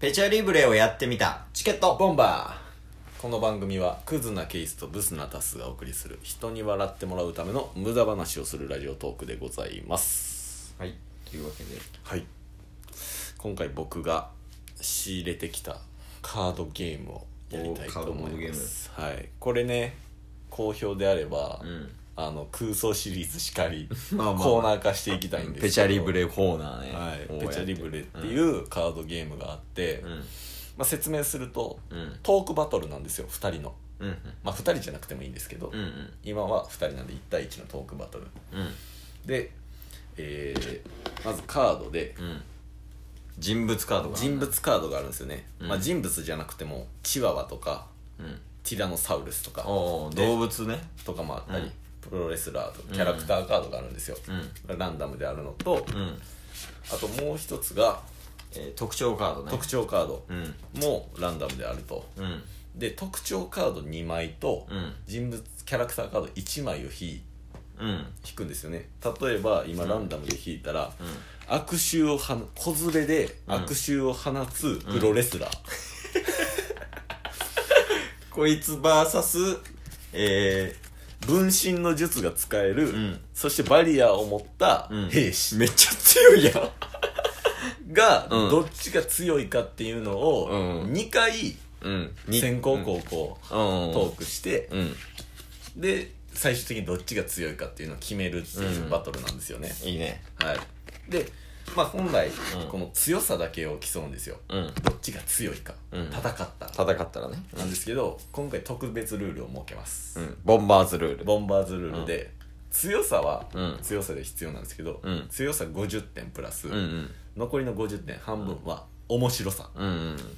ペチャリブレをやってみたチケットボンバーこの番組はクズなケースとブスなタスがお送りする人に笑ってもらうための無駄話をするラジオトークでございますはいというわけではい今回僕が仕入れてきたカードゲームをやりたいと思おーカードゲいームますはいこれね好評であれば、んあの空想シリーズしかり まあまあコーナー化していきたいんですけどペチャリブレコーナーね、はをい、ペチャリブレっていううカードゲームがあって、うんまあ、説明すると、うんトークバトルなんですよ2人の、うんうんまあ、2人じゃなくてもいいんですけど、うん今は2人なんで1対1のトークバトルうんで、えーまずカードでうん人物カードが人物カードがあるんですよね、うんまあ、人物じゃなくてもチワワとかうんティラノサウルスとかおーで動物ねとかもあったり、うんプロレスラーとかキャラクターカードがあるんですよ、ランダムであるのと、うん、うんあともう一つがえー特徴カードね特徴カード、うんもランダムであるとうんで特徴カード2枚とうん人物キャラクターカード1枚を引いうん引くんですよね例えば今ランダムで引いたら、悪臭を放子連れで悪臭を放つプロレスラー、 こいつ VS え分身の術が使える、んそしてバリアを持ったー、うん兵士めっちゃ強いやん がうんどっちが強いかっていうのうをん2回うん先行後攻うんトークしてうんで最終的にどっちが強いかっていうのを決めるっていううんバトルなんですよね、いいねはい、で、まあ、本来、うんこの強さだけを競うんですよ、うんどっちが強いか、うん戦ったら戦ったらねなんですけど今回特別ルールを設けます、うんボンバーズルールボンバーズルールで、強さはうん強さで必要なんですけど、うん強さ50点プラス、うんうん残りの50点半分は面白さうんうん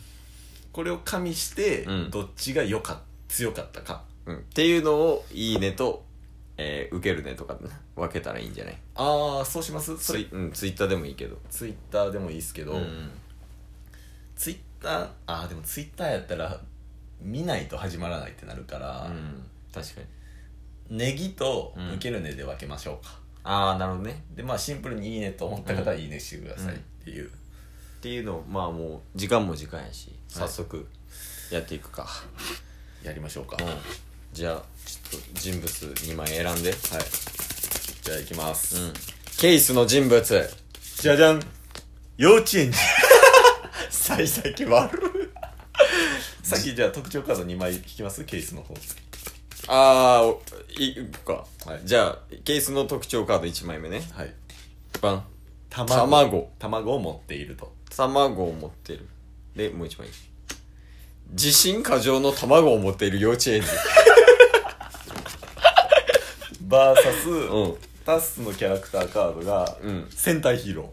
これを加味して、うんどっちが良かっ強かったかうんっていうのをいいねとえー、受けるねとかでね分けたらいいんじゃないああそうしますそツれイ,、うん、ツイッターでもいいけどツイッターでもいいですけど、うんツイッターあーでもツイッターやったら見ないと始まらないってなるから、うん確かにネギとうん受けるねで分けましょうか、ああなるほどねでまあシンプルにいいねと思った方はうんいいねしてくださいっていう、っていうのをまあもう時間も時間やしは早い速やっていくか、やりましょうか、うんはいじゃあちょっと人物2枚選んでじゃあいきます、うんケースの人物じゃじゃん幼稚 園児最先悪さっきじゃあ特徴カード2枚引きますケースの方ああいいくか、はいじゃあケースの特徴カード1枚目ねはいバン卵卵を持っていると卵を持ってるでもう1枚自信過剰の卵を持っている幼稚園児バーサス、うんタスのキャラクターカードが、うん戦隊ヒーロ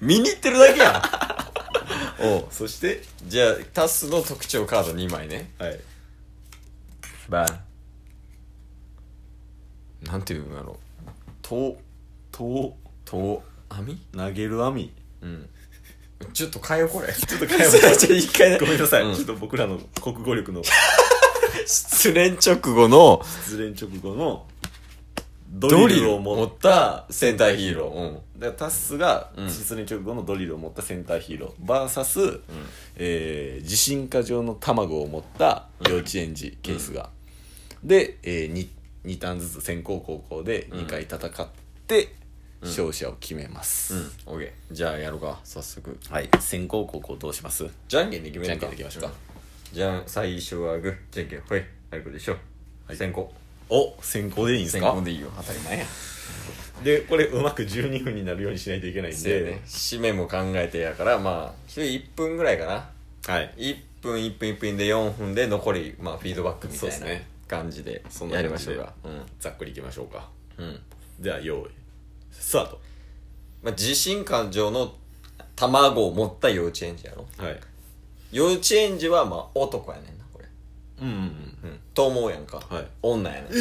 見に行ってるだけやん おうーそしてじゃあタスの特徴カード2枚ねはいバンなんていうんだろうととと網投げる網うんちょっと変えよう これちょっ とちょちょ一回ねごめんなさい、うんちょっと僕らの国語力の失恋直後の失恋直後のドリルを持った戦隊ヒーローうんでタッスがうん失恋直後のドリルを持ったセンターヒーロー VS、えー自信過剰の卵を持った幼稚園児、ケースが、で、え 2, 2ターンずつ先行後攻で2回戦って勝者を決めます、うんオッケーじゃあやろうか早速はい先行後攻どうしますじゃんけんで決めじゃるんかけんでいきましょうか、じゃん最初はグーじゃんけんほいあいこでしょ、はい先行お先行でいいんです先か行でいいよ当たり前やでこれうまく12分になるようにしないといけないんそうで、やね締めも考えてやからまあ一人1分ぐらいかなはい1分1分1分で4分で残り、まあ、フィードバックみたそういですなね感じでそんなやり感まじしでょうかう,、ざっくりいきましょうかん、うんでは用意スタートまあ、自信感情の卵を持った幼稚園児やろはい幼稚園児はまあ男やねんなこれ、うんうんうん、と思うやんか、はい女やねん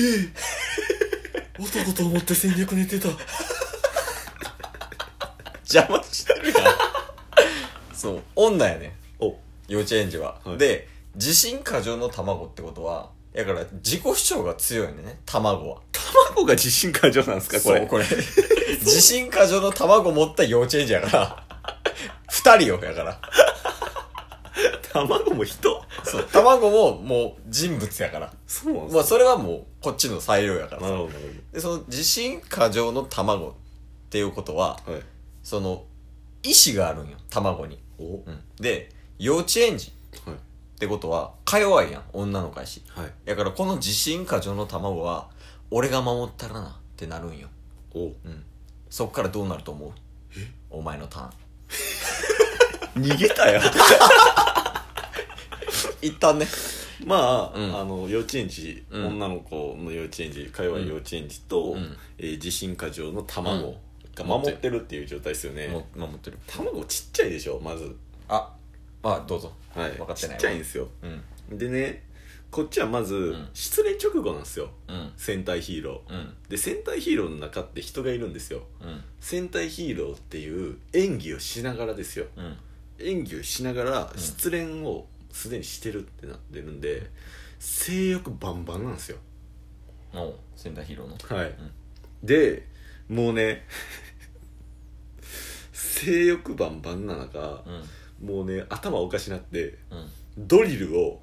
男と思って戦略寝てた邪魔して るやんそう女やねんお幼稚園児は、はいで自信過剰の卵ってことはやから自己主張が強いねんね卵は卵が自信過剰なんですかこれそう これ自信過剰の卵持った幼稚園児やから二人よやから卵も人そう卵ももう人物やからそうなんまあそれはもうこっちの裁量やからなるさほどなるでその自信過剰の卵っていうことはほどはいその意志があるんよ卵に、お、うん、で幼稚園児はいってことはか弱いやん女の子やしはいだからこの自信過剰の卵は俺が守ったらなってなるんよおうんそっからどうなると思うお前のターン 逃げたよ一旦ねまあ、うんあの幼稚園児、うん女の子の幼稚園児会話幼稚園児と、んえー地震過剰の卵が守ってるっていう状態ですよね、もう守ってる卵ちっちゃいでしょまずああどうぞはい分かってないわちっちゃいんですようんでねこっちはまず、ん失恋直後なんですようん戦隊ヒーロー、うんで戦隊ヒーローの中って人がいるんですようん戦隊ヒーローっていう演技をしながらですようん演技をしながら失恋をすでにしてるってなってるんで、性欲バンバンなんですよおう仙台ヒーローのはい、でもうね 性欲バンバンな中う、んもうね頭おかしなってうんドリルを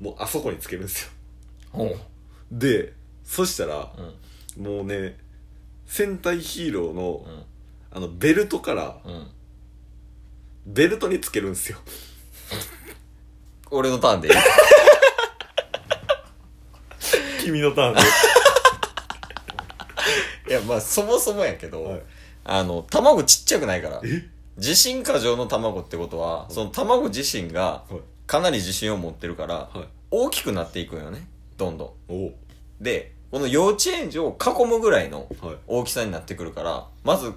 もうあそこにつけるんですよおうでそしたらうんもうね戦隊ヒーローのうんあのベルトからうんベルトにつけるんですよ 俺のターンでいい君のターンで、いやまあそもそもやけど、はいあの卵ちっちゃくないから自信過剰の卵ってことはその卵自身がはいかなり自信を持ってるからはい大きくなっていくんよねどんどんおでこの幼稚園児を囲むぐらいのはい大きさになってくるからまず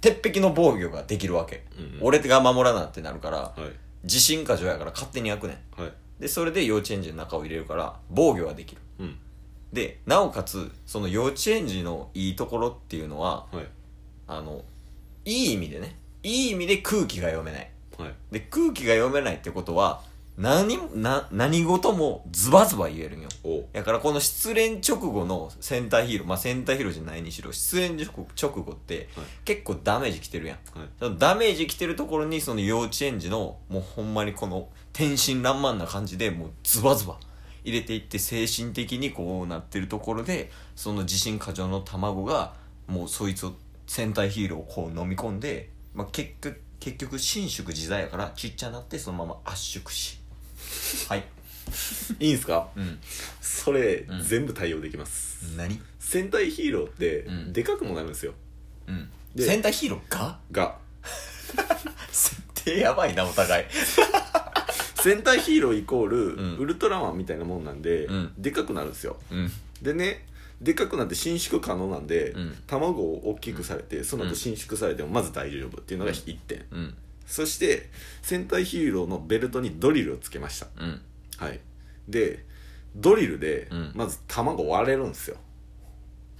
鉄壁の防御ができるわけ、うんうん俺が守らなってなるからはい自信過剰やから勝手に開くねんはいでそれで幼稚園児の中を入れるから防御ができるうんでなおかつその幼稚園児のいいところっていうのははいあのいい意味でねいい意味で空気が読めないはいで空気が読めないってことは何もな何事もズバズバ言えるんよおだからこの失恋直後のセンターヒーローまあセンターヒーローじゃないにしろ失恋直直後ってはい結構ダメージきてるやんはいそのダメージきてるところにその幼稚園児のもうほんまにこの天真爛漫な感じでもうズバズバ入れていって精神的にこうなってるところでその自信過剰の卵がもうそいつを戦隊ヒーローをこう飲み込んで、まあ、結局結局伸縮自在やからちっちゃなってそのまま圧縮しはいいいんすかうんそれ、うん全部対応できます何戦隊ヒーローって、うんでかくもなるんですようんで戦隊ヒーローがが設定やばいなお互い戦隊ヒーローイコール、うんウルトラマンみたいなもんなんで、うんでかくなるんですようんでねでかくなって伸縮可能なんで、うん卵を大きくされてそのうん後伸縮されてもまず大丈夫っていうのが1点、うんそして戦隊ヒーローのベルトにドリルをつけましたうんはいでドリルでうんまず卵割れるんですよ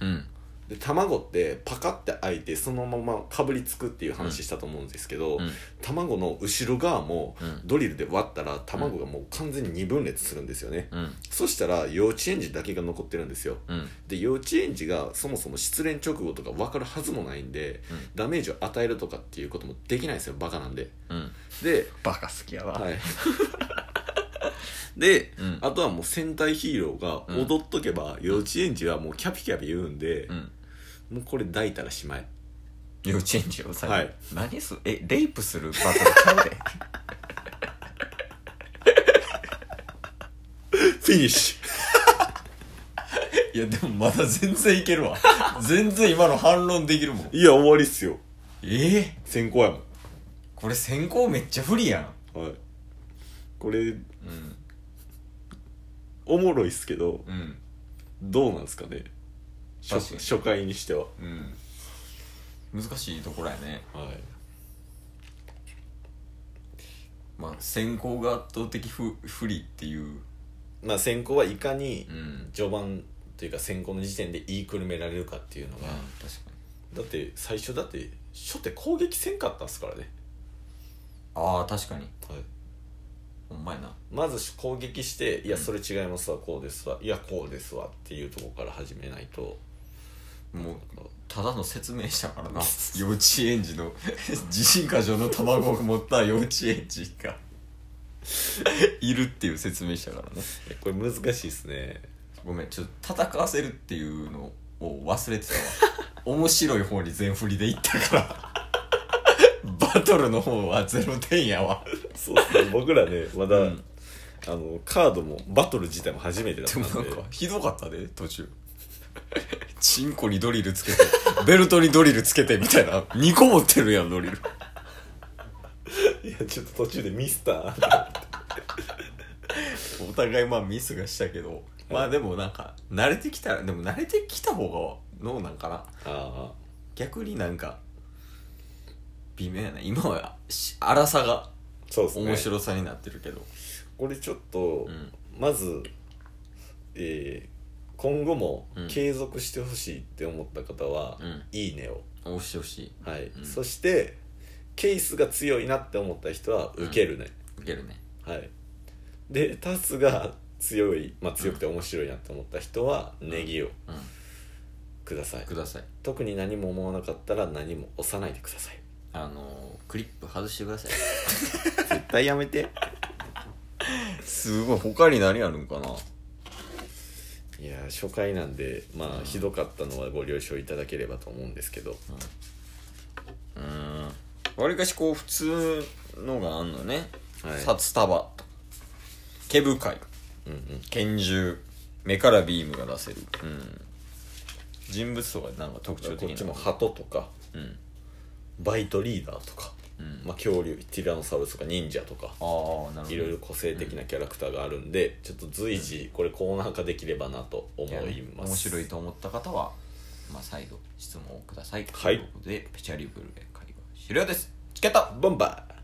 うんで卵ってパカって開いてそのままかぶりつくっていう話したと思うんですけど、うん卵の後ろ側もうんドリルで割ったら卵がもう完全に二分裂するんですよね、うんそしたら幼稚園児だけが残ってるんですようんで幼稚園児がそもそも失恋直後とか分かるはずもないんで、うんダメージを与えるとかっていうこともできないんですよバカなんでうんでバカ好きやわ はいで、うんあとはもう戦隊ヒーローが踊っとけば、幼稚園児はもうキャピキャピ言うんでう、んもうこれ抱いたらしまい幼稚園児をさ、はい何すえレイプするバトルちゃうでフィニッシ ュいやでもまだ全然いけるわ 全然今の反論できるもん いや終わりっすよええ先行やもこれ先行めっちゃ不利やんんはいこれうんおもろいっすけどうんどうなんですかね初確かに初回にしてはうん難しいところやねはいまあ先行が圧倒的不不利っていうまあ先行はいかにうん序盤というか先行の時点で言いくるめられるかっていうのが、確かにだって最初だって初手攻撃せんかったっすからね、ああ確かにはい、ほんまやなまず攻撃して「いやそれ違いますわこうですわいやこうですわ」っていうところから始めないともうただの説明したからな幼 稚園児の自信過剰の卵を持った幼稚園児がいるっていう説明したからねこれ難しいですねごめんちょっと戦わせるっていうのを忘れ てたわ面白い方に全振りでいったから バトルの方はゼロ点やわそうっす ね僕らねまだ、うんあのカードもバトル自体も初めてだったでんもで なんかひどかったで途中チンコにドリルつけてベルトにドリルつけてみたいな2個持ってるやんドリルいやちょっと途中でミスタ ーお互いまあミスがしたけどまあでもなんか慣れてきたらでも慣れてきた方がどうなんかなあ逆になんか微妙やな今はし粗さがそうですね面白さになってるけど、これちょっと、うんまず、えー今後もうん継続してほしいって思った方は「うんいいねを」押してほしいはいうんそしてケースが強いなって思った人は「受けるね受けるね」はいでタスが強い、まあ、強くて面白いなって思った人は「ネギをうんくださいください特に何も思わなかったら何も押さないでくださいあのークリップ外してください絶対やめて すごい他に何あるんかないやー初回なんでまあひどかったのはご了承いただければと思うんですけどうんわりかしこう普通のがあんのね、はい札束と毛深いうんうん拳銃目からビームが出せる、うん、人物とかなんか特徴的こなっちも鳩とかうんバイトリーダーとか、うんまあ、恐竜ティラノサウルスとか忍者とかああなるほどいろいろ個性的なキャラクターがあるんで、ちょっと随時これコーナー化できればなと思います面白いと思った方は、まあ、再度質問をくださいはいということでペチャリブルへ会話終了ですチケットボンバー